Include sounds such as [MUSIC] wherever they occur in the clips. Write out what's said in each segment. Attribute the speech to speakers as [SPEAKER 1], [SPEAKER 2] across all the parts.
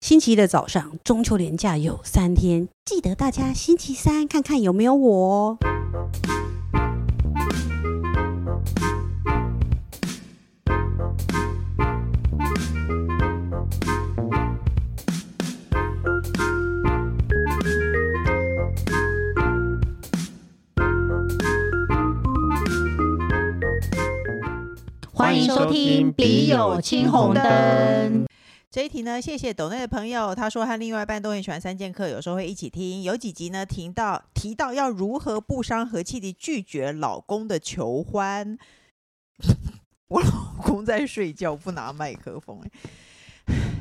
[SPEAKER 1] 星期一的早上，中秋连假有三天，记得大家星期三看看有没有我哦。
[SPEAKER 2] 欢迎收听《笔友青红灯》。
[SPEAKER 3] 这一题呢，谢谢抖内的朋友，他说和另外一半都很喜欢三剑客，有时候会一起听。有几集呢，提到提到要如何不伤和气地拒绝老公的求欢。 [LAUGHS] 我老公在睡觉，不拿麦克风、欸。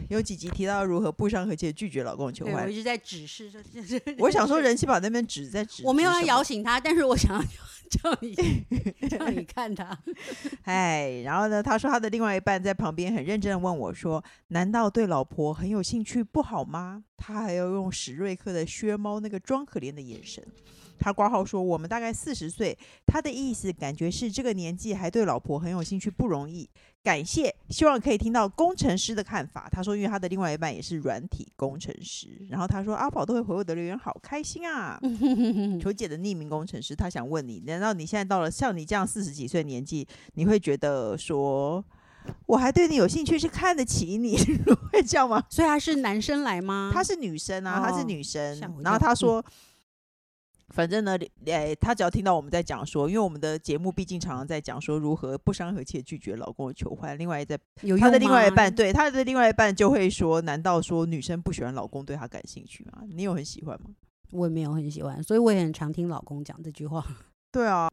[SPEAKER 3] 有几集提到如何不伤和气地拒绝老公的求
[SPEAKER 1] 对，我
[SPEAKER 3] 欢
[SPEAKER 1] 一。直在指示这件事。
[SPEAKER 3] 我想
[SPEAKER 1] [LAUGHS]
[SPEAKER 3] 说，人气宝那边指在指，
[SPEAKER 1] 我没有要摇
[SPEAKER 3] 指
[SPEAKER 1] 醒他，但是我想要叫你 [LAUGHS] 叫你看他。
[SPEAKER 3] 什么。 [LAUGHS] 哎，然后呢，他说他的另外一半在旁边很认真的问我说：“难道对老婆很有兴趣不好吗？”他还要用史瑞克的薛猫那个装可怜的眼神。他挂号说：“我们大概四十岁，他的意思感觉是这个年纪还对老婆很有兴趣不容易。感谢，希望可以听到工程师的看法。”他说：“因为他的另外一半也是软体工程师。”然后他说：“阿宝都会回我的留言，好开心啊！”球姐的匿名工程师，他想问你：难道你现在到了像你这样四十几岁年纪，你会觉得说我还对你有兴趣，是看得起你， [LAUGHS] 会这样吗？
[SPEAKER 1] [LAUGHS] 所以他是男生来吗？
[SPEAKER 3] 她是女生啊，她
[SPEAKER 1] 嗯哦
[SPEAKER 3] 是女生
[SPEAKER 1] 吓我。一
[SPEAKER 3] 然后
[SPEAKER 1] 跳嗯
[SPEAKER 3] 她说，反正呢，哎，她只要听到我们在讲说，因为我们的节目毕竟常常在讲说如何不伤和气地拒绝老公的求欢，另外在
[SPEAKER 1] 有
[SPEAKER 3] 她的
[SPEAKER 1] 用
[SPEAKER 3] 另外一
[SPEAKER 1] 吗
[SPEAKER 3] 半，对她的另外一半就会说，难道说女生不喜欢老公对她感兴趣吗？你有很喜欢吗？
[SPEAKER 1] 我也没有很喜欢，所以我也很常听老公讲这句话。 [LAUGHS]
[SPEAKER 3] 对啊，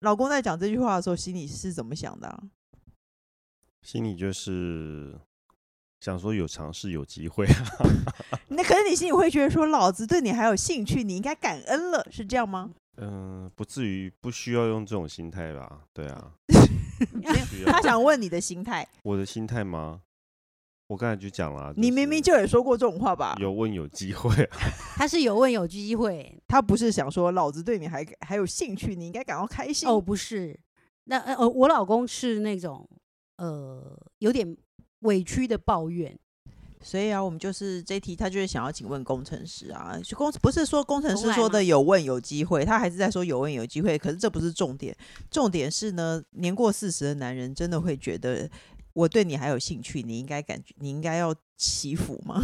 [SPEAKER 3] 老公在讲这句话的时候，心里是怎么想的、啊？
[SPEAKER 2] 心里就是想说有尝试有机会 [LAUGHS] 啊，
[SPEAKER 3] 那可是你心里会觉得说，老子对你还有兴趣，你应该感恩了，是这样吗？
[SPEAKER 2] 嗯、不至于不需要用这种心态吧？对
[SPEAKER 3] [LAUGHS]
[SPEAKER 2] 啊，不需
[SPEAKER 3] 他
[SPEAKER 2] 要。
[SPEAKER 3] 想问你的心态，
[SPEAKER 2] 我的心态吗？我刚才就讲了啊、
[SPEAKER 3] 你明明
[SPEAKER 2] 是
[SPEAKER 3] 就有说过这种话吧？
[SPEAKER 2] 有问有机会啊， [LAUGHS]
[SPEAKER 1] 他是有问有机会
[SPEAKER 3] 他不是想说老子对你还还有兴趣，你应该感到开心。
[SPEAKER 1] 哦，不是，那呃呃，我老公是那种呃有点委屈的抱怨，
[SPEAKER 3] 所以啊，我们就是这一题，他就是想要请问工程师啊，就工不是说工程
[SPEAKER 1] 重
[SPEAKER 3] 师
[SPEAKER 1] 来
[SPEAKER 3] 说
[SPEAKER 1] 吗
[SPEAKER 3] 的有问有机会，他还是在说有问有机会，可是这不是重点，重点是呢，年过四十的男人真的会觉得我对你还有兴趣，你应该感觉你应该要祈福吗？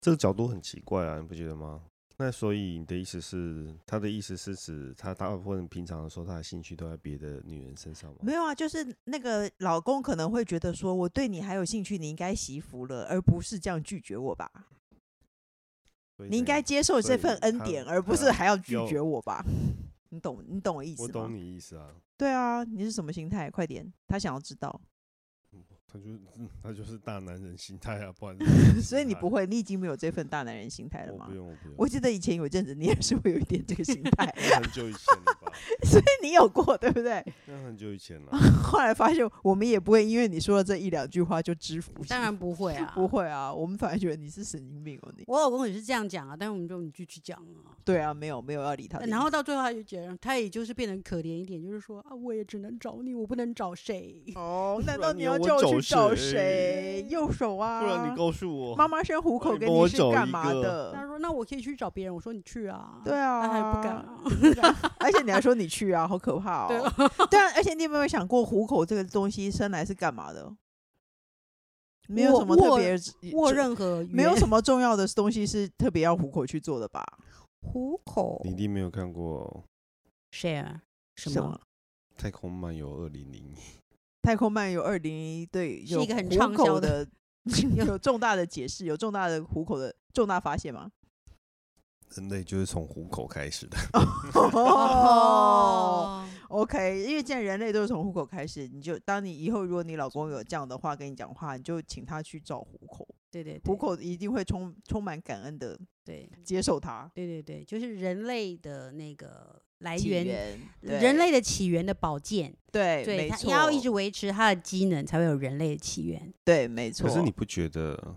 [SPEAKER 2] 这个角度很奇怪啊，你不觉得吗？那所以你的意思是，他的意思是指他大部分平常的时候，他的兴趣都在别的女人身上吗？
[SPEAKER 3] 没有啊，就是那个老公可能会觉得说我对你还有兴趣，你应该祈福了，而不是这样拒绝我吧？
[SPEAKER 2] 所以
[SPEAKER 3] 你应
[SPEAKER 2] 等于
[SPEAKER 3] 该接受
[SPEAKER 2] 所
[SPEAKER 3] 这
[SPEAKER 2] 以
[SPEAKER 3] 份恩
[SPEAKER 2] 他
[SPEAKER 3] 典，而不
[SPEAKER 2] 他
[SPEAKER 3] 是还要拒
[SPEAKER 2] 要
[SPEAKER 3] 绝我吧？你懂你懂我意思吗？
[SPEAKER 2] 我懂你意思啊，
[SPEAKER 3] 对啊，你是什么心态？快点，他想要知道。
[SPEAKER 2] 他就是、嗯他就是大男人心态啊，不
[SPEAKER 3] [LAUGHS]
[SPEAKER 2] 然是什么心态
[SPEAKER 3] 所以你不会，你已经没有这份大男人心态了
[SPEAKER 2] 我
[SPEAKER 3] 吗
[SPEAKER 2] 不？用，我不用，，
[SPEAKER 3] 我记得以前有一阵子你也是会有一点这个心态
[SPEAKER 2] [LAUGHS] 那很久以前了吧？
[SPEAKER 3] 所以你有过对不对？
[SPEAKER 2] 那很久以前了。
[SPEAKER 3] 后来发现我们也不会因为你说了这一两句话就知服，
[SPEAKER 1] 当然 [LAUGHS] 不会啊，
[SPEAKER 3] 不。会啊，我们反而觉得你是神经病哦你。
[SPEAKER 1] 我老公也是这样讲啊，但是我们就你继续讲啊。
[SPEAKER 3] 对啊，没有没有要理他的意思。
[SPEAKER 1] 然后到最后，他就觉得他也就是变得可怜一点，就是说啊，我也只能找你，我不能找谁。
[SPEAKER 3] [LAUGHS] 哦，难
[SPEAKER 2] 不
[SPEAKER 3] 道
[SPEAKER 2] 然
[SPEAKER 3] 你
[SPEAKER 2] 你
[SPEAKER 3] 要
[SPEAKER 2] 要我
[SPEAKER 3] 叫
[SPEAKER 2] 找
[SPEAKER 3] 我去找
[SPEAKER 2] 谁
[SPEAKER 3] 谁？右手啊，
[SPEAKER 2] 不然你告诉我，
[SPEAKER 3] 妈妈生虎口
[SPEAKER 2] 你
[SPEAKER 3] 给
[SPEAKER 2] 帮我
[SPEAKER 3] 是
[SPEAKER 2] 找
[SPEAKER 3] 干
[SPEAKER 2] 一
[SPEAKER 3] 嘛
[SPEAKER 2] 个
[SPEAKER 1] 他
[SPEAKER 3] 的？
[SPEAKER 1] 说那我可以去找别人，我说你去啊。
[SPEAKER 3] 对啊，
[SPEAKER 1] 他还不敢
[SPEAKER 3] [LAUGHS]
[SPEAKER 1] 啊。
[SPEAKER 3] 而且你还说你去啊，好可怕
[SPEAKER 1] 对
[SPEAKER 3] 哦！对啊，而且你有没有想过虎口这个东西生来是干嘛的？没有
[SPEAKER 1] 握
[SPEAKER 3] 什么特
[SPEAKER 1] 握
[SPEAKER 3] 别，
[SPEAKER 1] [LAUGHS] 握
[SPEAKER 3] 就
[SPEAKER 1] 任何
[SPEAKER 3] 没有
[SPEAKER 1] 缘
[SPEAKER 3] 什么重要的东西是特别要虎口去做的吧？
[SPEAKER 1] 虎口
[SPEAKER 2] 你一定没有看过
[SPEAKER 1] 谁啊？什
[SPEAKER 3] 什
[SPEAKER 1] 么？
[SPEAKER 3] 么？
[SPEAKER 2] 《太空漫游二零零一》，
[SPEAKER 3] 太空漫游二零一对
[SPEAKER 1] 是
[SPEAKER 3] 有
[SPEAKER 1] 一个很
[SPEAKER 3] 虎
[SPEAKER 1] 畅
[SPEAKER 3] 口
[SPEAKER 1] 销的 [LAUGHS]
[SPEAKER 3] 的 [LAUGHS] 有重大的解释，有重大的虎口的重大发现吗？
[SPEAKER 2] 人类就是从虎口开始的。
[SPEAKER 3] 哦 [LAUGHS] OK，因为既然人类都是从虎口开始，你就当你以后如果你老公有这样的话跟你讲话，你就请他去找虎口，
[SPEAKER 1] 对对，对
[SPEAKER 3] 虎口一定会充充满感恩的
[SPEAKER 1] 对
[SPEAKER 3] 接受他。
[SPEAKER 1] 对对对，就是人类的那个来
[SPEAKER 3] 起
[SPEAKER 1] 源，
[SPEAKER 3] 源对
[SPEAKER 1] 人类的起源的保健，
[SPEAKER 3] 对，
[SPEAKER 1] 对，
[SPEAKER 3] 没
[SPEAKER 1] 它
[SPEAKER 3] 错，
[SPEAKER 1] 要一直维持它的机能，才会有人类的起源。
[SPEAKER 3] 对，没错。
[SPEAKER 2] [LAUGHS] 可是你不觉得？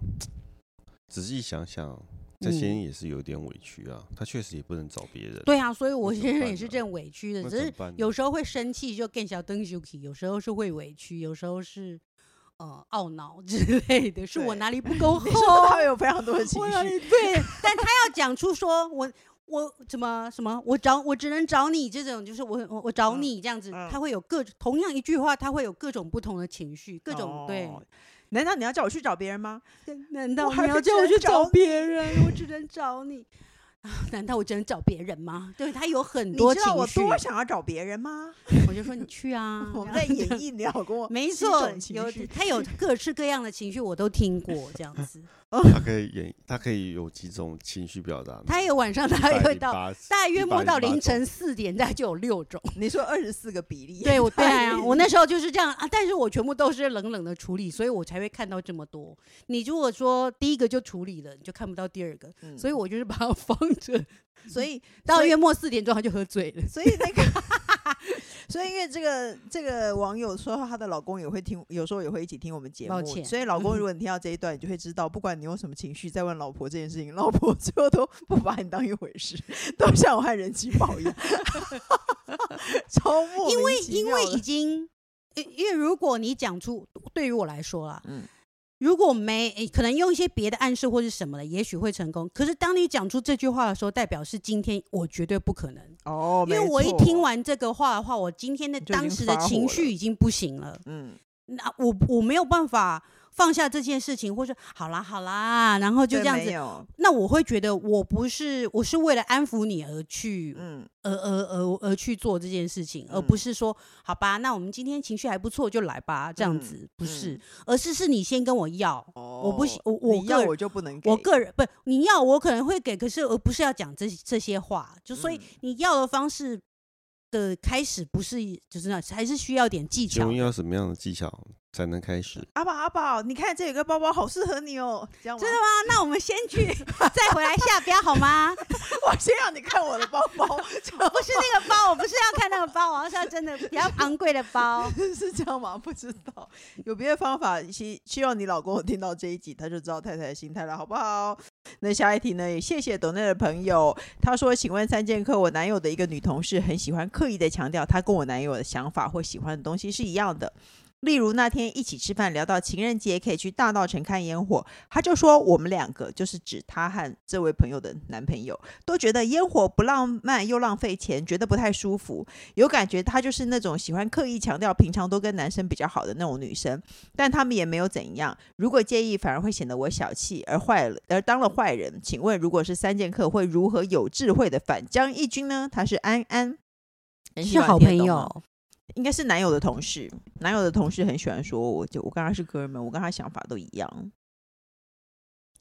[SPEAKER 2] 仔细想想，这
[SPEAKER 3] 嗯
[SPEAKER 2] 些人也是有点委屈啊。他确实也不能找别人。
[SPEAKER 1] 对啊，所以我
[SPEAKER 2] 那怎
[SPEAKER 1] 先
[SPEAKER 2] 么
[SPEAKER 1] 生
[SPEAKER 2] 办
[SPEAKER 1] 也是
[SPEAKER 2] 呢
[SPEAKER 1] 这样委屈的，只
[SPEAKER 3] 嗯
[SPEAKER 2] 那怎么
[SPEAKER 1] 是
[SPEAKER 2] 办呢，
[SPEAKER 1] 有时候会生气，就更小登 s u k 有时候是会委屈，有时候是呃懊恼 [LAUGHS] 之类的，是我
[SPEAKER 3] 对
[SPEAKER 1] 哪里
[SPEAKER 3] [LAUGHS]
[SPEAKER 1] 不够 [LAUGHS]
[SPEAKER 3] 你说
[SPEAKER 1] 好啊
[SPEAKER 3] 他，有非常多的情
[SPEAKER 1] 我哪
[SPEAKER 3] 绪，
[SPEAKER 1] 里对，但他要讲出说我。我怎么什么？我找我只能找你这种，就是我我我找
[SPEAKER 3] 嗯
[SPEAKER 1] 你这样子，
[SPEAKER 3] 嗯
[SPEAKER 1] 他会有各同样一句话，他会有各种不同的情绪，各种、对。
[SPEAKER 3] 哦。难道你要叫我去找别人吗？
[SPEAKER 1] 难道
[SPEAKER 3] 我还
[SPEAKER 1] 你要
[SPEAKER 3] 是
[SPEAKER 1] 叫
[SPEAKER 3] 只
[SPEAKER 1] 我
[SPEAKER 3] 能
[SPEAKER 1] 去
[SPEAKER 3] 找
[SPEAKER 1] 找别人？我只能找你。 [LAUGHS] 啊难道我只能找别人吗？对他有很
[SPEAKER 3] 你
[SPEAKER 1] 多
[SPEAKER 3] 知
[SPEAKER 1] 情
[SPEAKER 3] 道我
[SPEAKER 1] 绪，
[SPEAKER 3] 多想要找别
[SPEAKER 1] [LAUGHS]
[SPEAKER 3] 人吗？
[SPEAKER 1] 我就说你去啊
[SPEAKER 3] [LAUGHS] 。我们
[SPEAKER 1] 然
[SPEAKER 3] 在
[SPEAKER 1] 后
[SPEAKER 3] 演绎，你要跟我
[SPEAKER 1] [LAUGHS] 没
[SPEAKER 3] 七
[SPEAKER 1] 错
[SPEAKER 3] 种，情
[SPEAKER 1] 有
[SPEAKER 3] 绪
[SPEAKER 1] 他有各式各样的情绪，我都听过这
[SPEAKER 3] [LAUGHS]
[SPEAKER 1] 样子。
[SPEAKER 2] 他可以演，他可以有几种情绪表达呢。
[SPEAKER 1] 他有晚上大概会到，
[SPEAKER 2] 108
[SPEAKER 1] 大约摸到
[SPEAKER 2] 108
[SPEAKER 1] 凌晨四点，大概就有六种。
[SPEAKER 3] 你说二十四个比例，
[SPEAKER 1] 对，我对啊，
[SPEAKER 3] 太
[SPEAKER 1] 我那时候就是这样啊，但是我全部都是冷冷的处理，所以我才会看到这么多。你如果说第一个就处理了，你就看不到第二个，
[SPEAKER 3] 嗯
[SPEAKER 1] 所以我就是把它 [LAUGHS] 放着，
[SPEAKER 3] 所以
[SPEAKER 1] 到
[SPEAKER 3] 所以
[SPEAKER 1] 月末四点钟他就喝醉了。
[SPEAKER 3] 所以那个， [LAUGHS] 所以因为这个这个网友说她的老公也会听，有时候也会一起听我们节
[SPEAKER 1] 抱
[SPEAKER 3] 目。
[SPEAKER 1] 歉嗯
[SPEAKER 3] 所以老公，如果你听到这一段，你就会知道，不管你用什么情绪在问老婆这件事情，老婆最后都不把你当一回事， [LAUGHS] 都像我和人气宝一样， [LAUGHS] 超莫
[SPEAKER 1] 因
[SPEAKER 3] 名
[SPEAKER 1] 为
[SPEAKER 3] 其
[SPEAKER 1] 因
[SPEAKER 3] 妙
[SPEAKER 1] 为
[SPEAKER 3] 的
[SPEAKER 1] 已经，因因为如果你讲出，对于我来说啊啦，
[SPEAKER 3] 嗯
[SPEAKER 1] 如果没诶可能用一些别的暗示或是什么的，也许会成功。可是当你讲出这句话的时候，代表是今天我绝对不可能，
[SPEAKER 3] 哦，
[SPEAKER 1] 因为
[SPEAKER 3] 没
[SPEAKER 1] 我一
[SPEAKER 3] 错
[SPEAKER 1] 听，完这个话的话，我今天的
[SPEAKER 3] 就已经
[SPEAKER 1] 当时的
[SPEAKER 3] 发火
[SPEAKER 1] 情
[SPEAKER 3] 了
[SPEAKER 1] 绪已经不行了。
[SPEAKER 3] 嗯，
[SPEAKER 1] 那我我没有办法放下这件事情，或是好啦好啦，然后就
[SPEAKER 3] 对
[SPEAKER 1] 这样
[SPEAKER 3] 没
[SPEAKER 1] 子。
[SPEAKER 3] 有
[SPEAKER 1] 那我会觉得我不是，我是为了安抚你而去，
[SPEAKER 3] 嗯，
[SPEAKER 1] 而而而而去做这件事情，而
[SPEAKER 3] 嗯
[SPEAKER 1] 不是说好吧，那我们今天情绪还不错就来吧，这样
[SPEAKER 3] 嗯
[SPEAKER 1] 子、不是
[SPEAKER 3] 嗯，
[SPEAKER 1] 而是是你先跟我要，我不喜
[SPEAKER 3] 哦
[SPEAKER 1] 我我
[SPEAKER 3] 你要
[SPEAKER 1] 个
[SPEAKER 3] 我就不能给，
[SPEAKER 1] 我个人不，你要我可能会给，可是而不是要讲这这些话，就所以
[SPEAKER 3] 嗯
[SPEAKER 1] 你要的方式的开始不是就是那，还是需要点技
[SPEAKER 2] 请
[SPEAKER 1] 巧
[SPEAKER 2] 问
[SPEAKER 1] 的。
[SPEAKER 2] 要什么样的技巧才能开始？
[SPEAKER 3] 阿宝阿宝，你看这有个包包好适合你哦，这样吗
[SPEAKER 1] 真的吗？那我们先去，再回来下标好吗？
[SPEAKER 3] [LAUGHS] 我先让你看我的包包，这
[SPEAKER 1] [LAUGHS]
[SPEAKER 3] 样
[SPEAKER 1] 不是那个包，我不是要看那个包，我要是要真的比较昂贵的包。
[SPEAKER 3] [LAUGHS] 是这样吗？不知道，有别的方法，希希望你老公有听到这一集，他就知道太太的心态了，好不好？那下一题呢？也谢谢董内的朋友，他说：“请问三剑客，我男友的一个女同事很喜欢刻意的强调，她跟我男友的想法或喜欢的东西是一样的。例如那天一起吃饭聊到情人节可以去大稻城看烟火，他就说我们两个就是指他和这位朋友的男朋友都觉得烟火不浪漫又浪费钱，觉得不太舒服。有感觉她就是那种喜欢刻意强调平常都跟男生比较好的那种女生，但他们也没有怎样。如果介意，反而会显得我小气，而坏了，而当了坏人。请问，如果是三剑客，会如何有智慧的反将一军呢？他是安安，很喜
[SPEAKER 1] 是
[SPEAKER 3] 欢
[SPEAKER 1] 好
[SPEAKER 3] 听
[SPEAKER 1] 朋
[SPEAKER 3] 得懂吗
[SPEAKER 1] 友，
[SPEAKER 3] 应该是男友的同事，男友的同事很喜欢说我，就我跟他是哥们，我跟他想法都一样。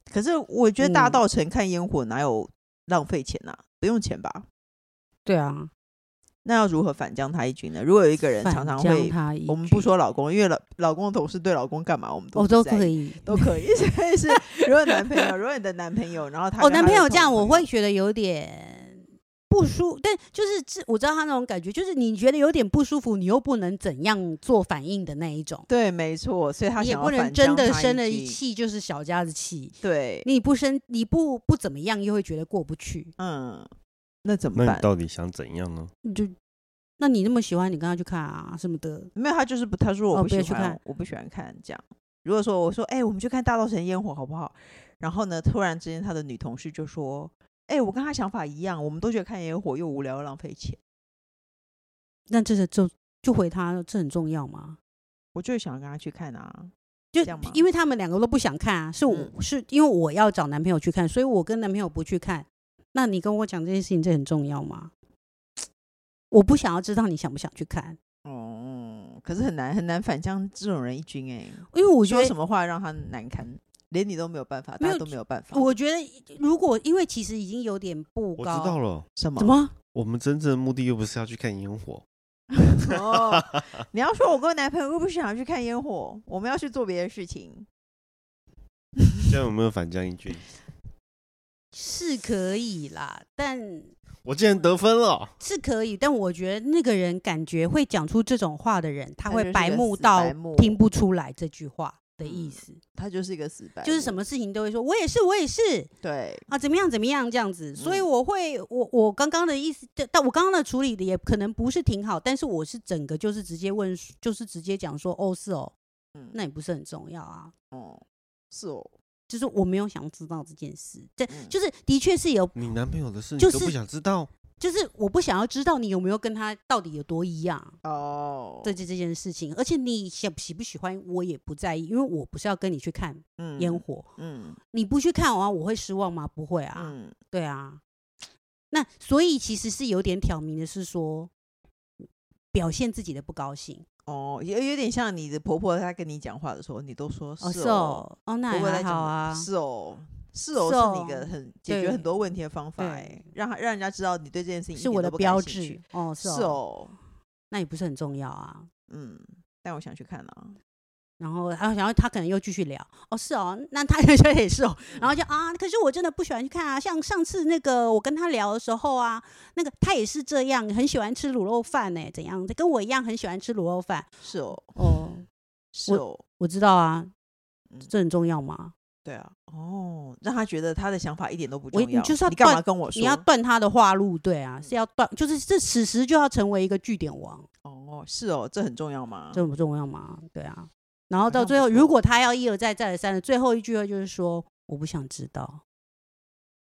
[SPEAKER 3] 可是我觉得大
[SPEAKER 1] 嗯
[SPEAKER 3] 稻城看烟火哪有浪费钱呐、不用钱吧？
[SPEAKER 1] 对啊，
[SPEAKER 3] 那要如何反将他一军呢？如果有一个人常
[SPEAKER 1] 反
[SPEAKER 3] 常
[SPEAKER 1] 将
[SPEAKER 3] 会，
[SPEAKER 1] 他一
[SPEAKER 3] 我们
[SPEAKER 1] 句
[SPEAKER 3] 不说老公，因为老老公的同事对老公干嘛，我们都
[SPEAKER 1] 我都
[SPEAKER 3] 不在意
[SPEAKER 1] 可，以。
[SPEAKER 3] 都可以。 [LAUGHS] 所以是如果男朋友，如果你的男朋友，然后他
[SPEAKER 1] 我
[SPEAKER 3] 跟
[SPEAKER 1] 哦男
[SPEAKER 3] 他
[SPEAKER 1] 朋
[SPEAKER 3] 的
[SPEAKER 1] 友
[SPEAKER 3] 同
[SPEAKER 1] 这样，我
[SPEAKER 3] 朋
[SPEAKER 1] 会
[SPEAKER 3] 友
[SPEAKER 1] 觉得有点不舒，但就是这我知道他那种感觉，就是你觉得有点不舒服，你又不能怎样做反应的那一种，
[SPEAKER 3] 对，没错，所以他
[SPEAKER 1] 你也
[SPEAKER 3] 想要
[SPEAKER 1] 不能
[SPEAKER 3] 反
[SPEAKER 1] 真
[SPEAKER 3] 将
[SPEAKER 1] 的
[SPEAKER 3] 他
[SPEAKER 1] 生了一
[SPEAKER 3] 军，
[SPEAKER 1] 气就是小家子气，
[SPEAKER 3] 对，
[SPEAKER 1] 你不生你不不怎么样，又会觉得过不去，
[SPEAKER 3] 嗯，那怎么
[SPEAKER 2] 那
[SPEAKER 3] 办
[SPEAKER 2] 你？到底想怎样呢？
[SPEAKER 1] 你就那你那么喜欢，你跟他去看啊什么的，
[SPEAKER 3] 没有，他就是不，他说我
[SPEAKER 1] 哦
[SPEAKER 3] 不
[SPEAKER 1] 不要
[SPEAKER 3] 喜
[SPEAKER 1] 去
[SPEAKER 3] 欢，
[SPEAKER 1] 看
[SPEAKER 3] 我不喜欢看这样。如果说我说，哎、我们去看大稻城烟火好不好？然后呢，突然之间他的女同事就说，哎、我跟他想法一样，我们都觉得看烟火又无聊又浪费钱。
[SPEAKER 1] 那这是就就回他，这很重要吗？
[SPEAKER 3] 我就想跟他去看啊，
[SPEAKER 1] 就
[SPEAKER 3] 这样吗
[SPEAKER 1] 因为他们两个都不想看啊，是我、
[SPEAKER 3] 嗯
[SPEAKER 1] 是因为我要找男朋友去看，所以我跟男朋友不去看。那你跟我讲这件事情，这很重要吗？我不想要知道你想不想去看，
[SPEAKER 3] 哦，可是很难很难反将这种人一军哎、
[SPEAKER 1] 因为我
[SPEAKER 3] 我
[SPEAKER 1] 觉
[SPEAKER 3] 说
[SPEAKER 1] 得，
[SPEAKER 3] 什么话让他难堪，连你都没有办法，
[SPEAKER 1] 没
[SPEAKER 3] 大家
[SPEAKER 1] 有
[SPEAKER 3] 都没有办法。
[SPEAKER 1] 我觉得如果因为其实已经有点不
[SPEAKER 2] 我
[SPEAKER 1] 高，
[SPEAKER 2] 知道了，
[SPEAKER 3] 什么
[SPEAKER 1] 怎？么
[SPEAKER 2] 我们真正的目的又不是要去看烟火，
[SPEAKER 3] 哦， [LAUGHS] 你要说我跟我男朋友又不想去看烟火，我们要去做别的事情。
[SPEAKER 2] 这样有没有反将一军？
[SPEAKER 1] 是可以啦，但
[SPEAKER 2] [LAUGHS] 我竟然得分了，
[SPEAKER 1] 是可以，但我觉得那个人感觉会讲出这种话的人，他
[SPEAKER 3] 他就
[SPEAKER 1] 会
[SPEAKER 3] 是
[SPEAKER 1] 白
[SPEAKER 3] 个
[SPEAKER 1] 目
[SPEAKER 3] 死
[SPEAKER 1] 到
[SPEAKER 3] 白目
[SPEAKER 1] 听不出来这句话的意
[SPEAKER 3] 嗯
[SPEAKER 1] 思，
[SPEAKER 3] 他就是一个死白，
[SPEAKER 1] 就是什？么事情都会说，我也是，我也是，
[SPEAKER 3] 对，
[SPEAKER 1] 啊，怎么样怎么样这样子，所以
[SPEAKER 3] 嗯
[SPEAKER 1] 我会，我我刚刚的意思，但但我刚刚的处理的也可能不是挺好，但是我是整个就是直接问，就是直接讲说，哦是哦，
[SPEAKER 3] 嗯
[SPEAKER 1] 那也不是很重要啊。
[SPEAKER 3] 哦，是哦，
[SPEAKER 1] 就是我没有想知道这件事，这
[SPEAKER 3] 嗯
[SPEAKER 1] 就是的确是有，
[SPEAKER 2] 你男朋友的事你
[SPEAKER 1] 就
[SPEAKER 2] 都不
[SPEAKER 1] 是
[SPEAKER 2] 想知道，
[SPEAKER 1] 就是我不想要知道你有没有跟他到底有多一样，
[SPEAKER 3] 哦，
[SPEAKER 1] 对，这这件事情，而且你喜喜不喜欢我也不在意，因为我不是要跟你去看
[SPEAKER 3] 嗯
[SPEAKER 1] 烟，火，
[SPEAKER 3] 嗯
[SPEAKER 1] 你不去看完、我会失望吗？不会啊，
[SPEAKER 3] 嗯
[SPEAKER 1] 对啊。那所以其实是有点挑明的是说，表现自己的不高兴
[SPEAKER 3] 哦，有有点像你的婆婆，她跟你讲话的时候，你都说
[SPEAKER 1] 哦，
[SPEAKER 3] 是
[SPEAKER 1] 是哦，哦那
[SPEAKER 3] 婆
[SPEAKER 1] 也
[SPEAKER 3] 婆在
[SPEAKER 1] 还
[SPEAKER 3] 讲
[SPEAKER 1] 好
[SPEAKER 3] 的
[SPEAKER 1] 啊，
[SPEAKER 3] 是哦，是
[SPEAKER 1] 是
[SPEAKER 3] 哦，是你一
[SPEAKER 1] 哦
[SPEAKER 3] 个很解决很
[SPEAKER 1] 对
[SPEAKER 3] 多问题的方法，
[SPEAKER 1] 对
[SPEAKER 3] 哎，让她让人家知道你对这件事情一
[SPEAKER 1] 是
[SPEAKER 3] 点
[SPEAKER 1] 我
[SPEAKER 3] 都
[SPEAKER 1] 的
[SPEAKER 3] 不感
[SPEAKER 1] 标
[SPEAKER 3] 兴
[SPEAKER 1] 志
[SPEAKER 3] 趣，
[SPEAKER 1] 哦，
[SPEAKER 3] 是
[SPEAKER 1] 是哦，
[SPEAKER 3] 哦，
[SPEAKER 1] 那也不是很重要啊。
[SPEAKER 3] 嗯，但我想去看啊，
[SPEAKER 1] 然后，然后，然后他可能又继续聊，哦，是哦，那他也说也是哦，
[SPEAKER 3] 嗯
[SPEAKER 1] 然后就啊，可是我真的不喜欢去看啊，像上次那个我跟他聊的时候啊，那个他也是这样，很喜欢吃卤肉饭呢、怎样？跟我一样很喜欢吃卤肉饭
[SPEAKER 3] 是哦，
[SPEAKER 1] 哦，
[SPEAKER 3] 是哦，
[SPEAKER 1] 我知道啊
[SPEAKER 3] 嗯，
[SPEAKER 1] 这很重要吗？
[SPEAKER 3] 对啊，哦，让她觉得她的想法一点都不
[SPEAKER 1] 我
[SPEAKER 3] 重
[SPEAKER 1] 你
[SPEAKER 3] 要，
[SPEAKER 1] 就是要
[SPEAKER 3] 你干
[SPEAKER 1] 断
[SPEAKER 3] 嘛跟我说？嗯
[SPEAKER 1] 你要断他的话路，对啊，是要断，就是这此时就要成为一个据点王，
[SPEAKER 3] 哦，是哦，这很重要吗？
[SPEAKER 1] 这很重要吗？对啊，然后
[SPEAKER 3] 好
[SPEAKER 1] 到
[SPEAKER 3] 像
[SPEAKER 1] 最
[SPEAKER 3] 不
[SPEAKER 1] 后，
[SPEAKER 3] 错
[SPEAKER 1] 如果他要一而再再而三的，最后一句话就是说我不想知道。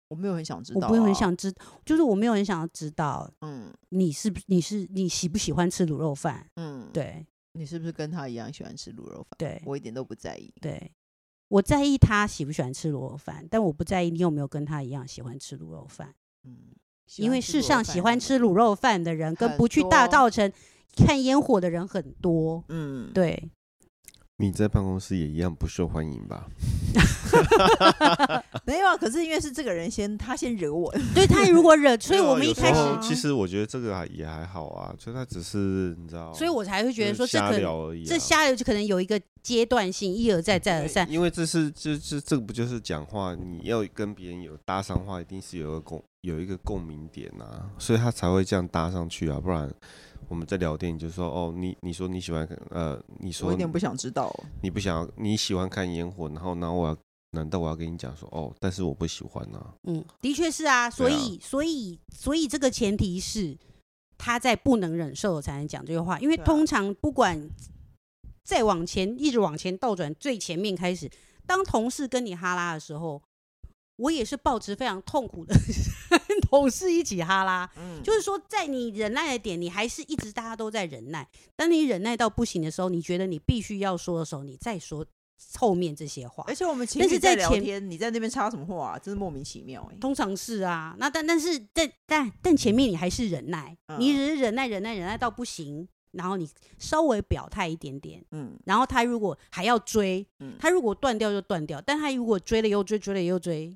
[SPEAKER 3] 我没有很想知
[SPEAKER 1] 我
[SPEAKER 3] 道、啊，
[SPEAKER 1] 不会很，想知，就是我没有很想要知道
[SPEAKER 3] 嗯
[SPEAKER 1] 你是不你是你喜不喜欢吃卤肉饭。
[SPEAKER 3] 嗯，，
[SPEAKER 1] 对
[SPEAKER 3] 你是不是跟她一样喜欢吃卤肉饭？
[SPEAKER 1] 对
[SPEAKER 3] 我一点都不在意，
[SPEAKER 1] 对，我在意他喜不喜欢吃卤肉饭，但我不在意你有没有跟他一样喜欢吃卤肉饭，
[SPEAKER 3] 嗯，喜
[SPEAKER 1] 因
[SPEAKER 3] 欢
[SPEAKER 1] 为
[SPEAKER 3] 吃
[SPEAKER 1] 世
[SPEAKER 3] 卤肉
[SPEAKER 1] 上
[SPEAKER 3] 饭
[SPEAKER 1] 喜欢
[SPEAKER 3] 的
[SPEAKER 1] 吃卤肉饭的人跟
[SPEAKER 3] 很
[SPEAKER 1] 不去大
[SPEAKER 3] 多
[SPEAKER 1] 道城看烟火的人很多。
[SPEAKER 3] 嗯，
[SPEAKER 1] 对，
[SPEAKER 2] 你在办公室也一样不受欢迎吧？
[SPEAKER 3] 没有啊。可是因为是这个人先，他先惹我，
[SPEAKER 1] 对他如果惹，所以
[SPEAKER 2] 没有
[SPEAKER 1] 我
[SPEAKER 2] 啊
[SPEAKER 1] 们一
[SPEAKER 2] 有时
[SPEAKER 1] 开
[SPEAKER 2] 候
[SPEAKER 1] 始，
[SPEAKER 2] 其实我觉得这个还也还好啊，就他只是你知道，
[SPEAKER 1] 所以我才会觉得
[SPEAKER 2] 就
[SPEAKER 1] 说
[SPEAKER 2] 是
[SPEAKER 1] 这
[SPEAKER 2] 瞎
[SPEAKER 1] 可
[SPEAKER 2] 聊
[SPEAKER 1] 能
[SPEAKER 2] 而已、啊，
[SPEAKER 1] 这下游就可能有一个阶段性，一而再再而三。
[SPEAKER 2] 因为这是这这这个不就是讲话，你要跟别人有搭上话，一定是有一个共有一个共鸣点啊，所以他才会这样搭上去啊，不然我们在聊天，你就说哦，你你说你喜欢看呃，你
[SPEAKER 3] 我
[SPEAKER 2] 说
[SPEAKER 3] 有点不想知道哦。
[SPEAKER 2] 你不想要你喜欢看烟火，然后然后我要难道我要跟你讲说哦，但是我不喜欢啊，
[SPEAKER 1] 嗯，的确是啊，所
[SPEAKER 2] 对啊
[SPEAKER 1] 以、所以所以这个前提是他在不能忍受才能讲这句话，因为
[SPEAKER 3] 对啊
[SPEAKER 1] 通常不管再往前一直往前倒转，最前面开始，当同事跟你哈拉的时候，我也是抱持非常痛苦的 [LAUGHS] 跟同事一起哈拉，
[SPEAKER 3] 嗯，
[SPEAKER 1] 就是说在你忍耐的点，你还是一直大家都在忍耐，当你忍耐到不行的时候，你觉得你必须要说的时候，你再说后面这些话
[SPEAKER 3] 而。且我们情
[SPEAKER 1] 但
[SPEAKER 3] 侣
[SPEAKER 1] 是
[SPEAKER 3] 在
[SPEAKER 1] 在
[SPEAKER 3] 聊
[SPEAKER 1] 前
[SPEAKER 3] 天，你在那边插什么话啊？真是莫名其妙哎。
[SPEAKER 1] 通常是啊，那但但是但但但前面你还是忍耐，你
[SPEAKER 3] 嗯
[SPEAKER 1] 只是忍耐忍耐忍耐到不行，然后你稍微表态一点点，
[SPEAKER 3] 嗯
[SPEAKER 1] 然后他如果还要追，
[SPEAKER 3] 嗯，
[SPEAKER 1] 他如果断掉就断掉，但他如果追了又追，追了又追，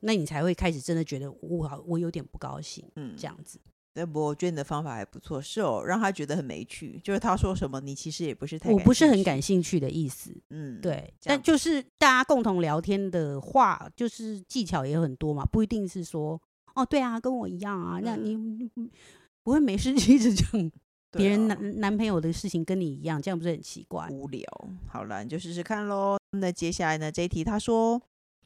[SPEAKER 1] 那你才会开始真的觉得我好我有点不高兴
[SPEAKER 3] 嗯
[SPEAKER 1] 这样子。
[SPEAKER 3] 对，不过我觉得你的方法还不错，是哦，让他觉得很没趣。就是他说什么，你其实也不是太，
[SPEAKER 1] 我不是很，感兴趣的意思，
[SPEAKER 3] 嗯，，
[SPEAKER 1] 对，
[SPEAKER 3] 这样
[SPEAKER 1] 但就是大家共同聊天的话，就是技巧也很多嘛，不一定是说哦，对啊，跟我一样啊，那
[SPEAKER 3] 嗯
[SPEAKER 1] 你你你不会没事就一直讲
[SPEAKER 3] 对
[SPEAKER 1] 别人
[SPEAKER 3] 啊
[SPEAKER 1] 男嗯男朋友的事情跟你一样，这样不是很奇怪？
[SPEAKER 3] 无聊。好了，你就试试看喽。那接下来呢？这一题他说：“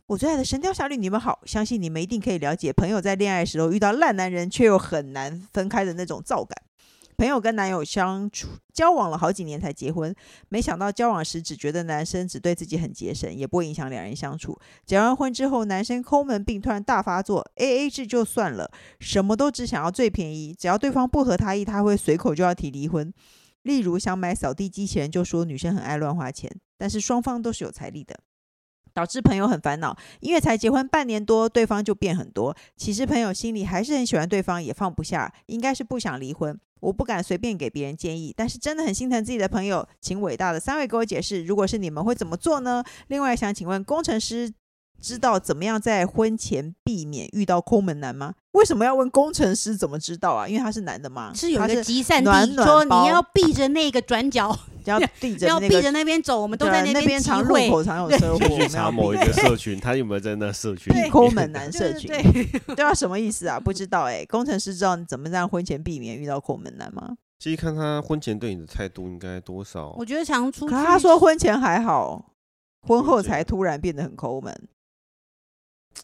[SPEAKER 3] 我最爱的《神雕侠侣》，你们好，相信你们一定可以了解朋友在恋爱时候遇到烂男人却又很难分开的那种燥感。朋友跟男友相处交往了好几年才结婚，没想到交往时只觉得男生只对自己很节省，也不会影响两人相处。结完婚之后，男生抠门病突然大发作，A A 制就算了，什么都只想要最便宜，只要对方不合他意，他会随口就要提离婚。例如想买扫地机器人，就说女生很爱乱花钱，但是双方都是有财力的，导致朋友很烦恼。因为才结婚半年多，对方就变很多。其实朋友心里还是很喜欢对方，也放不下，应该是不想离婚。我不敢随便给别人建议，但是真的很心疼自己的朋友，请伟大的三位给我解释，如果是你们会怎么做呢？另外想请问工程师。知道怎么样在婚前避免遇到抠门男吗？为什么要问工程师怎么知道啊？因为他是男的嘛，
[SPEAKER 1] 是有
[SPEAKER 3] 他
[SPEAKER 1] 一个集散地，
[SPEAKER 3] 暖暖
[SPEAKER 1] 说
[SPEAKER 3] 包
[SPEAKER 1] 你要避着那个转
[SPEAKER 3] [LAUGHS]
[SPEAKER 1] 角， [LAUGHS]
[SPEAKER 3] 只要避着
[SPEAKER 1] 要
[SPEAKER 3] 那
[SPEAKER 1] 避
[SPEAKER 3] 个
[SPEAKER 1] 着那边走，我
[SPEAKER 3] 我
[SPEAKER 1] 们都在
[SPEAKER 3] 啊那
[SPEAKER 1] 边集
[SPEAKER 3] 常路
[SPEAKER 1] 会。
[SPEAKER 3] 口常有车祸，呃我
[SPEAKER 2] 去
[SPEAKER 3] 们
[SPEAKER 2] 查
[SPEAKER 3] 要
[SPEAKER 2] 某一
[SPEAKER 3] 避 [LAUGHS]
[SPEAKER 2] 个社群，他有没有在那社群里
[SPEAKER 3] 对
[SPEAKER 2] 面？
[SPEAKER 3] 抠
[SPEAKER 2] [LAUGHS]
[SPEAKER 3] 门啊男社
[SPEAKER 1] 对
[SPEAKER 3] 群，
[SPEAKER 1] 对对，
[SPEAKER 3] 对啊，什么意思啊？不知道哎、工程师知道你怎么让婚前避免遇到抠门男吗？
[SPEAKER 2] 其实看他婚前对你的态度应该多少
[SPEAKER 1] [LAUGHS] 我觉得常出
[SPEAKER 3] 可
[SPEAKER 1] 去，
[SPEAKER 3] 他说婚前还好，婚后才突然变得很抠门。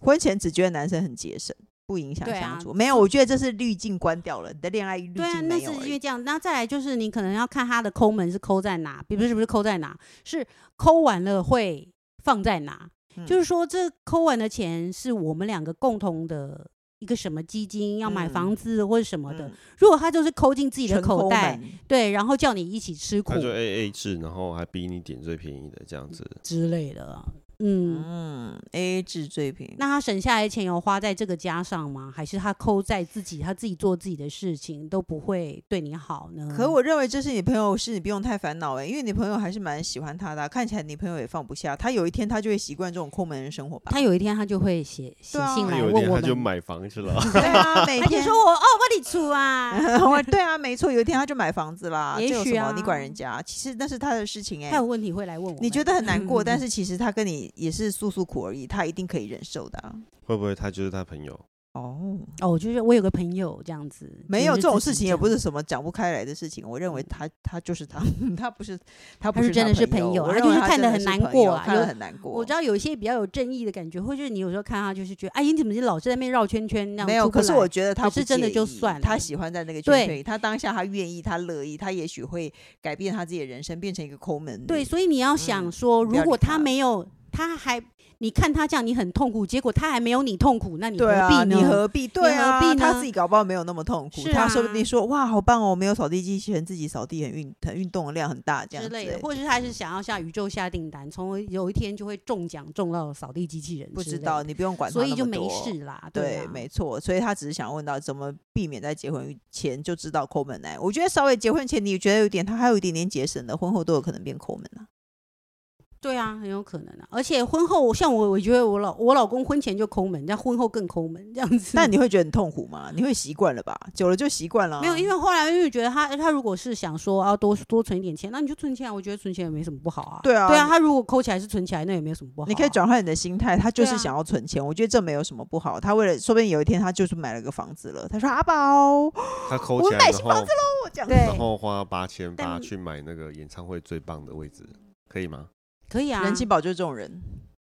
[SPEAKER 3] 婚前只觉得男生很节省，不影响
[SPEAKER 1] 对
[SPEAKER 3] 相
[SPEAKER 1] 啊
[SPEAKER 3] 处。没有，我觉得这是滤镜关掉了，你的恋爱滤
[SPEAKER 1] 对啊，
[SPEAKER 3] 镜
[SPEAKER 1] 那
[SPEAKER 3] 没
[SPEAKER 1] 是
[SPEAKER 3] 有欸而
[SPEAKER 1] 因
[SPEAKER 3] 已。
[SPEAKER 1] 为这样。那再来就是你可能要看他的抠门是抠在哪，不是不是抠在哪，是抠完了会放在哪。
[SPEAKER 3] 嗯
[SPEAKER 1] 就是说，这抠完的钱是我们两个共同的一个什么基金，要买
[SPEAKER 3] 嗯
[SPEAKER 1] 房子或者什么的。
[SPEAKER 3] 嗯
[SPEAKER 1] 如果他就是抠进自己的
[SPEAKER 3] 纯抠
[SPEAKER 1] 口袋，
[SPEAKER 3] 门
[SPEAKER 1] 对，然后叫你一起吃苦
[SPEAKER 2] 他就 A A 制，然后还逼你点最便宜的这样子。
[SPEAKER 1] 之类的，嗯。
[SPEAKER 3] 嗯，A A 制最平。
[SPEAKER 1] 那他省下来的钱有花在这个家上吗？还是他抠在自己，他自己做自己的事情都不会对你好呢？
[SPEAKER 3] 可我认为这是你朋友，是你不用太烦恼哎、因为你朋友还是蛮喜欢他的啊、看起来你朋友也放不下他，有一天他就会习惯这种抠门人生活吧。
[SPEAKER 1] 他有一天他就会写写
[SPEAKER 3] 对啊
[SPEAKER 1] 信
[SPEAKER 2] 他
[SPEAKER 1] 来
[SPEAKER 2] 有一
[SPEAKER 1] 问
[SPEAKER 2] 天
[SPEAKER 1] 我
[SPEAKER 2] 他
[SPEAKER 1] 们，
[SPEAKER 2] 就买房去了，
[SPEAKER 3] 对啊，每
[SPEAKER 1] 他就
[SPEAKER 3] 天 [LAUGHS]
[SPEAKER 1] 说我哦，我的厝啊，
[SPEAKER 3] 我对啊，没错，有一天他就买房子啦，
[SPEAKER 1] 也
[SPEAKER 3] 这有
[SPEAKER 1] 许
[SPEAKER 3] 什么
[SPEAKER 1] 啊
[SPEAKER 3] 你管人家？其实那是他的事情哎、
[SPEAKER 1] [LAUGHS] 他有问题会来问我们。
[SPEAKER 3] 你觉得很难过，但
[SPEAKER 1] 嗯
[SPEAKER 3] 是其实他跟你也是诉诉苦而已，他一定可以忍受的啊、
[SPEAKER 2] 会不会他就是他朋友？
[SPEAKER 3] 哦，
[SPEAKER 1] 哦，就是我有个朋友这样子，
[SPEAKER 3] 没有
[SPEAKER 1] 就
[SPEAKER 3] 这
[SPEAKER 1] 是
[SPEAKER 3] 种
[SPEAKER 1] 自
[SPEAKER 3] 事
[SPEAKER 1] 己
[SPEAKER 3] 情，也
[SPEAKER 1] 样
[SPEAKER 3] 不是什么讲不开来的事情。我认为他他就是他， [LAUGHS] 他不是他不
[SPEAKER 1] 他是真的是
[SPEAKER 3] 朋
[SPEAKER 1] 朋友
[SPEAKER 3] 我
[SPEAKER 1] 啊
[SPEAKER 3] 认
[SPEAKER 1] 就
[SPEAKER 3] 为
[SPEAKER 1] 是
[SPEAKER 3] 他
[SPEAKER 1] 看
[SPEAKER 3] 真
[SPEAKER 1] 得
[SPEAKER 3] 的
[SPEAKER 1] 很
[SPEAKER 3] 是
[SPEAKER 1] 难
[SPEAKER 3] 朋友
[SPEAKER 1] 过啊
[SPEAKER 3] 看得
[SPEAKER 1] 有
[SPEAKER 3] 很难过。
[SPEAKER 1] 我知道有一些比较有正义的感觉，或者你有时候看他就是觉得，哎，你怎么就老是在那边绕圈圈那样？
[SPEAKER 3] 没有，
[SPEAKER 1] 出不
[SPEAKER 3] 可是
[SPEAKER 1] 来
[SPEAKER 3] 我觉得他
[SPEAKER 1] 可
[SPEAKER 3] 不
[SPEAKER 1] 是真的
[SPEAKER 3] 介
[SPEAKER 1] 就
[SPEAKER 3] 意
[SPEAKER 1] 算
[SPEAKER 3] 他
[SPEAKER 1] 了
[SPEAKER 3] 喜欢在那个
[SPEAKER 1] 对
[SPEAKER 3] 圈圈里，他当下他愿意，他乐意，他也许会改变他自己的人生，变成一个抠门女。
[SPEAKER 1] 对，所以你要想
[SPEAKER 3] 嗯
[SPEAKER 1] 说，
[SPEAKER 3] 不要
[SPEAKER 1] 如
[SPEAKER 3] 理
[SPEAKER 1] 果
[SPEAKER 3] 他
[SPEAKER 1] 他没有，他还你看他这样，你很痛苦，结果他还没有你痛苦，那你何
[SPEAKER 3] 对啊，
[SPEAKER 1] 必
[SPEAKER 3] 你
[SPEAKER 1] 呢？
[SPEAKER 3] 何必？对啊，
[SPEAKER 1] 何必
[SPEAKER 3] 他
[SPEAKER 1] 呢
[SPEAKER 3] 自己搞不好没有那么痛苦，
[SPEAKER 1] 是
[SPEAKER 3] 他说不
[SPEAKER 1] 啊
[SPEAKER 3] 定说哇，好棒哦，没有扫地机器人，自己扫地很运，很运动量很大这样
[SPEAKER 1] 之
[SPEAKER 3] 子
[SPEAKER 1] 类
[SPEAKER 3] 欸
[SPEAKER 1] 的，。或者是他是想要向宇宙下订单，从而有一天就会中奖中到扫地机器人，
[SPEAKER 3] 不知道，，你不用管他
[SPEAKER 1] 所以
[SPEAKER 3] 那
[SPEAKER 1] 就
[SPEAKER 3] 么
[SPEAKER 1] 没
[SPEAKER 3] 多
[SPEAKER 1] 事。啦。
[SPEAKER 3] 对，
[SPEAKER 1] 啊
[SPEAKER 3] 没错，所以他只是想问到怎么避免在结婚前就知道抠门呢？我觉得稍微结婚前你觉得有点，他还有一点点节省的，婚后都有可能变抠门啊。
[SPEAKER 1] 对啊，很有可能啊。而且婚后，像我，我觉得我老我老公婚前就抠门，但婚后更抠门这样子。
[SPEAKER 3] 但你会觉得很痛苦吗？你会习惯了吧？久了就习惯了啊。
[SPEAKER 1] 没有，因为后来因为觉得他他如果是想说要多多存一点钱，那你就存起来，我觉得存钱也没什么不好啊。
[SPEAKER 3] 对啊
[SPEAKER 1] 对啊，他如果抠起来是存起来，那也没有什么不好啊、
[SPEAKER 3] 你可以转换你的心态，他就
[SPEAKER 1] 对
[SPEAKER 3] 是
[SPEAKER 1] 啊
[SPEAKER 3] 想要存钱，我觉得这没有什么不好。他为了，说不定有一天他就是买了个房子了。他说：“阿啊宝， [LAUGHS] 我
[SPEAKER 2] 他抠
[SPEAKER 3] 我
[SPEAKER 2] 起来，
[SPEAKER 3] 买
[SPEAKER 2] 然
[SPEAKER 3] 新
[SPEAKER 2] 后
[SPEAKER 3] 房子喽。”这样子
[SPEAKER 1] 对
[SPEAKER 2] 然后花八千八
[SPEAKER 1] 但
[SPEAKER 2] 去买那个演唱会最棒的位置，可以吗？
[SPEAKER 1] 可以啊，
[SPEAKER 3] 任清宝就是这种人，。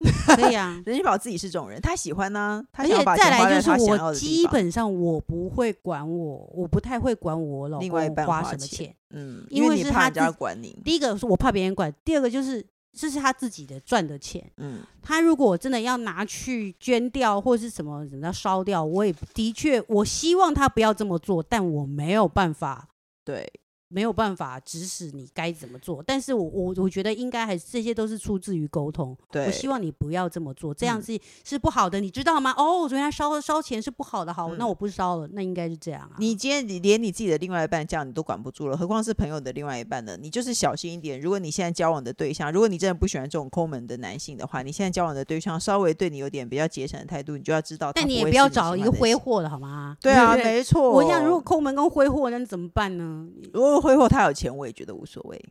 [SPEAKER 1] [LAUGHS] 可以啊
[SPEAKER 3] 任清宝自己是这种人，他喜欢呢、 [LAUGHS] 他
[SPEAKER 1] 而
[SPEAKER 3] 想
[SPEAKER 1] 且
[SPEAKER 3] 要把
[SPEAKER 1] 再
[SPEAKER 3] 钱花
[SPEAKER 1] 来
[SPEAKER 3] 在
[SPEAKER 1] 就是
[SPEAKER 3] 他想要
[SPEAKER 1] 我
[SPEAKER 3] 的地
[SPEAKER 1] 基
[SPEAKER 3] 方
[SPEAKER 1] 本上我不会管我，我不太会管我老
[SPEAKER 3] 另外一
[SPEAKER 1] 公
[SPEAKER 3] 半
[SPEAKER 1] 花
[SPEAKER 3] 花
[SPEAKER 1] 什么
[SPEAKER 3] 钱
[SPEAKER 1] 钱。
[SPEAKER 3] 嗯，
[SPEAKER 1] 因
[SPEAKER 3] 为
[SPEAKER 1] 为
[SPEAKER 3] 你
[SPEAKER 1] 是
[SPEAKER 3] 怕
[SPEAKER 1] 他
[SPEAKER 3] 人家
[SPEAKER 1] 自己
[SPEAKER 3] 管你，
[SPEAKER 1] 第一个是我怕别人管，第二个就是这是他自己的赚的钱，
[SPEAKER 3] 嗯，
[SPEAKER 1] 他如果真的要拿去捐掉或是什么什么要烧掉，我也的确我希望他不要这么做，但我没有办法。
[SPEAKER 3] 对，
[SPEAKER 1] 没有办法指使你该怎么做，但是我我我觉得应该还是这些都是出自于沟通。
[SPEAKER 3] 对
[SPEAKER 1] 我希望你不要这么做，这
[SPEAKER 3] 嗯
[SPEAKER 1] 样是、是不好的，你知道吗？哦，原来烧烧钱是不好的，好，
[SPEAKER 3] 嗯
[SPEAKER 1] 那我不烧了，那应该是这样啊。
[SPEAKER 3] 你今天你连你自己的另外一半这样你都管不住了，何况是朋友的另外一半呢？你就是小心一点。如果你现在交往的对象，如果你真的不喜欢这种抠门的男性的话，你现在交往的对象稍微对你有点比较节省的态度，你就要知道他会
[SPEAKER 1] 但
[SPEAKER 3] 是
[SPEAKER 1] 你
[SPEAKER 3] 你
[SPEAKER 1] 也
[SPEAKER 3] 不
[SPEAKER 1] 不要找一个挥。霍的好吗？
[SPEAKER 3] 对啊，
[SPEAKER 1] 不
[SPEAKER 3] 没错。
[SPEAKER 1] 我想如果抠门跟挥霍，那怎么办呢？
[SPEAKER 3] 如果挥霍他有钱，我也觉得无所谓。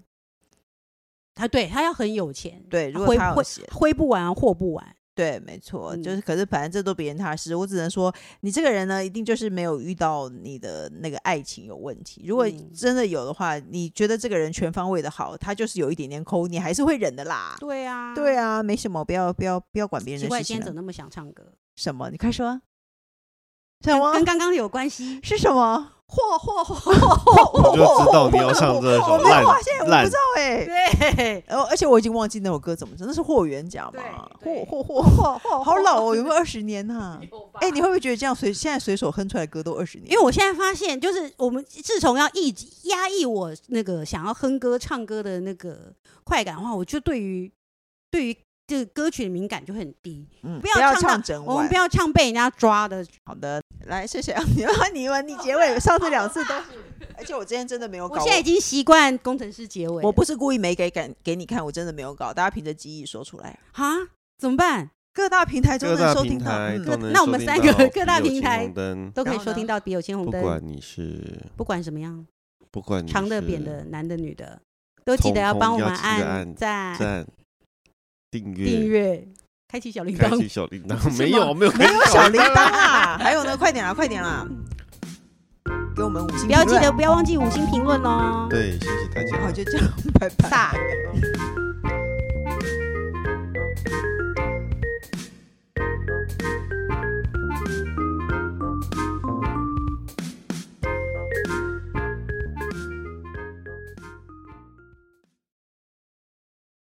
[SPEAKER 1] 他对他要很有钱，
[SPEAKER 3] 对，如果
[SPEAKER 1] 挥
[SPEAKER 3] 他有
[SPEAKER 1] 挥
[SPEAKER 3] 钱，
[SPEAKER 1] 挥不完，霍不完。
[SPEAKER 3] 对，没错，就
[SPEAKER 1] 嗯
[SPEAKER 3] 是可是反正这都别人他的事，我只能说你这个人呢，一定就是没有遇到你的那个爱情有问题。如果
[SPEAKER 1] 嗯
[SPEAKER 3] 真的有的话，你觉得这个人全方位的好，他就是有一点点抠，你还是会忍的啦。
[SPEAKER 1] 对啊，
[SPEAKER 3] 对。啊，没什么，不要不要不要管别人
[SPEAKER 1] 奇
[SPEAKER 3] 的
[SPEAKER 1] 怪，
[SPEAKER 3] 事
[SPEAKER 1] 今
[SPEAKER 3] 情
[SPEAKER 1] 天怎
[SPEAKER 3] 了。
[SPEAKER 1] 么那么想唱歌？
[SPEAKER 3] 什么？你快说。什
[SPEAKER 1] 跟
[SPEAKER 3] 么
[SPEAKER 1] 跟？刚刚有关系。
[SPEAKER 3] 是什么？
[SPEAKER 1] 霍霍霍霍霍！
[SPEAKER 2] 我就知道你要唱这
[SPEAKER 3] 我
[SPEAKER 2] 首
[SPEAKER 3] 没有啊，现在我
[SPEAKER 2] 烂
[SPEAKER 3] 不
[SPEAKER 2] 烂
[SPEAKER 3] 知道
[SPEAKER 1] [LAUGHS]
[SPEAKER 3] 哎、
[SPEAKER 1] 对，
[SPEAKER 3] 然后而且我已经忘记那首歌怎么唱，那是霍元甲
[SPEAKER 1] 对
[SPEAKER 3] 嘛？霍
[SPEAKER 1] 对
[SPEAKER 3] 霍霍霍
[SPEAKER 1] 霍
[SPEAKER 3] 好老哦，有没有二十年呐、哎、
[SPEAKER 1] 哎
[SPEAKER 3] 你会不会觉得这样随现在随手哼出来的歌都二十年？
[SPEAKER 1] 因为我现在发现，就是我们自从要抑制压抑我那个想要哼歌、唱歌的那个快感的话，我就对于对于这个歌曲的敏感就很低。
[SPEAKER 3] 嗯
[SPEAKER 1] 不
[SPEAKER 3] 不
[SPEAKER 1] 要
[SPEAKER 3] 要
[SPEAKER 1] 唱到
[SPEAKER 3] 唱整
[SPEAKER 1] 我们
[SPEAKER 3] 晚
[SPEAKER 1] 不。要唱被人家抓的，
[SPEAKER 3] 好的，来谢谢你，你们你
[SPEAKER 1] [LAUGHS]
[SPEAKER 3] 结尾上次两次都，而且我今天真的没有搞。
[SPEAKER 1] 我现在已经习惯工程师结尾了。
[SPEAKER 3] 我不是故意没给感给你看，我真的没有搞，大家凭着记忆说出来。
[SPEAKER 1] 啊，怎么办？
[SPEAKER 3] 各大平台都
[SPEAKER 2] 各
[SPEAKER 3] 能
[SPEAKER 2] 大
[SPEAKER 3] 收
[SPEAKER 2] 平
[SPEAKER 3] 听到，
[SPEAKER 2] 台
[SPEAKER 3] 嗯，
[SPEAKER 2] 都能
[SPEAKER 1] 那我们
[SPEAKER 2] 收听
[SPEAKER 1] 三个
[SPEAKER 2] 到
[SPEAKER 1] 各大
[SPEAKER 2] 笔友
[SPEAKER 1] 平
[SPEAKER 2] 青
[SPEAKER 1] 台
[SPEAKER 2] 红灯
[SPEAKER 1] 都可以
[SPEAKER 3] 然后
[SPEAKER 1] 收
[SPEAKER 3] 呢
[SPEAKER 1] 听到《笔友青红
[SPEAKER 2] 不
[SPEAKER 1] 灯》，
[SPEAKER 2] 管你是
[SPEAKER 1] 不管什么样，
[SPEAKER 2] 不管你
[SPEAKER 1] 长的、
[SPEAKER 2] 是
[SPEAKER 1] 扁的，男的、女的，都记
[SPEAKER 2] 通
[SPEAKER 1] 得要
[SPEAKER 2] 通
[SPEAKER 1] 帮我
[SPEAKER 2] 要
[SPEAKER 1] 们
[SPEAKER 2] 记得
[SPEAKER 1] 按
[SPEAKER 2] 按
[SPEAKER 1] 赞、
[SPEAKER 2] 赞、订阅、
[SPEAKER 1] 订阅、开启小铃
[SPEAKER 2] 开
[SPEAKER 1] 铛
[SPEAKER 2] 启。小铃铛，
[SPEAKER 1] 是
[SPEAKER 2] 没
[SPEAKER 1] 吗
[SPEAKER 2] 有没有
[SPEAKER 3] 没
[SPEAKER 2] 开
[SPEAKER 3] 有
[SPEAKER 2] 启
[SPEAKER 3] 小铃铛啦。
[SPEAKER 2] [LAUGHS]
[SPEAKER 3] 还有呢，快点啦，快
[SPEAKER 1] [LAUGHS]
[SPEAKER 3] 点啦，给我们五星
[SPEAKER 1] 不要
[SPEAKER 3] 评
[SPEAKER 1] 记
[SPEAKER 3] 论
[SPEAKER 1] 得不要忘记五星评论哦。
[SPEAKER 2] 对，谢谢大家
[SPEAKER 3] 好，。就这样，拜拜。
[SPEAKER 1] 撒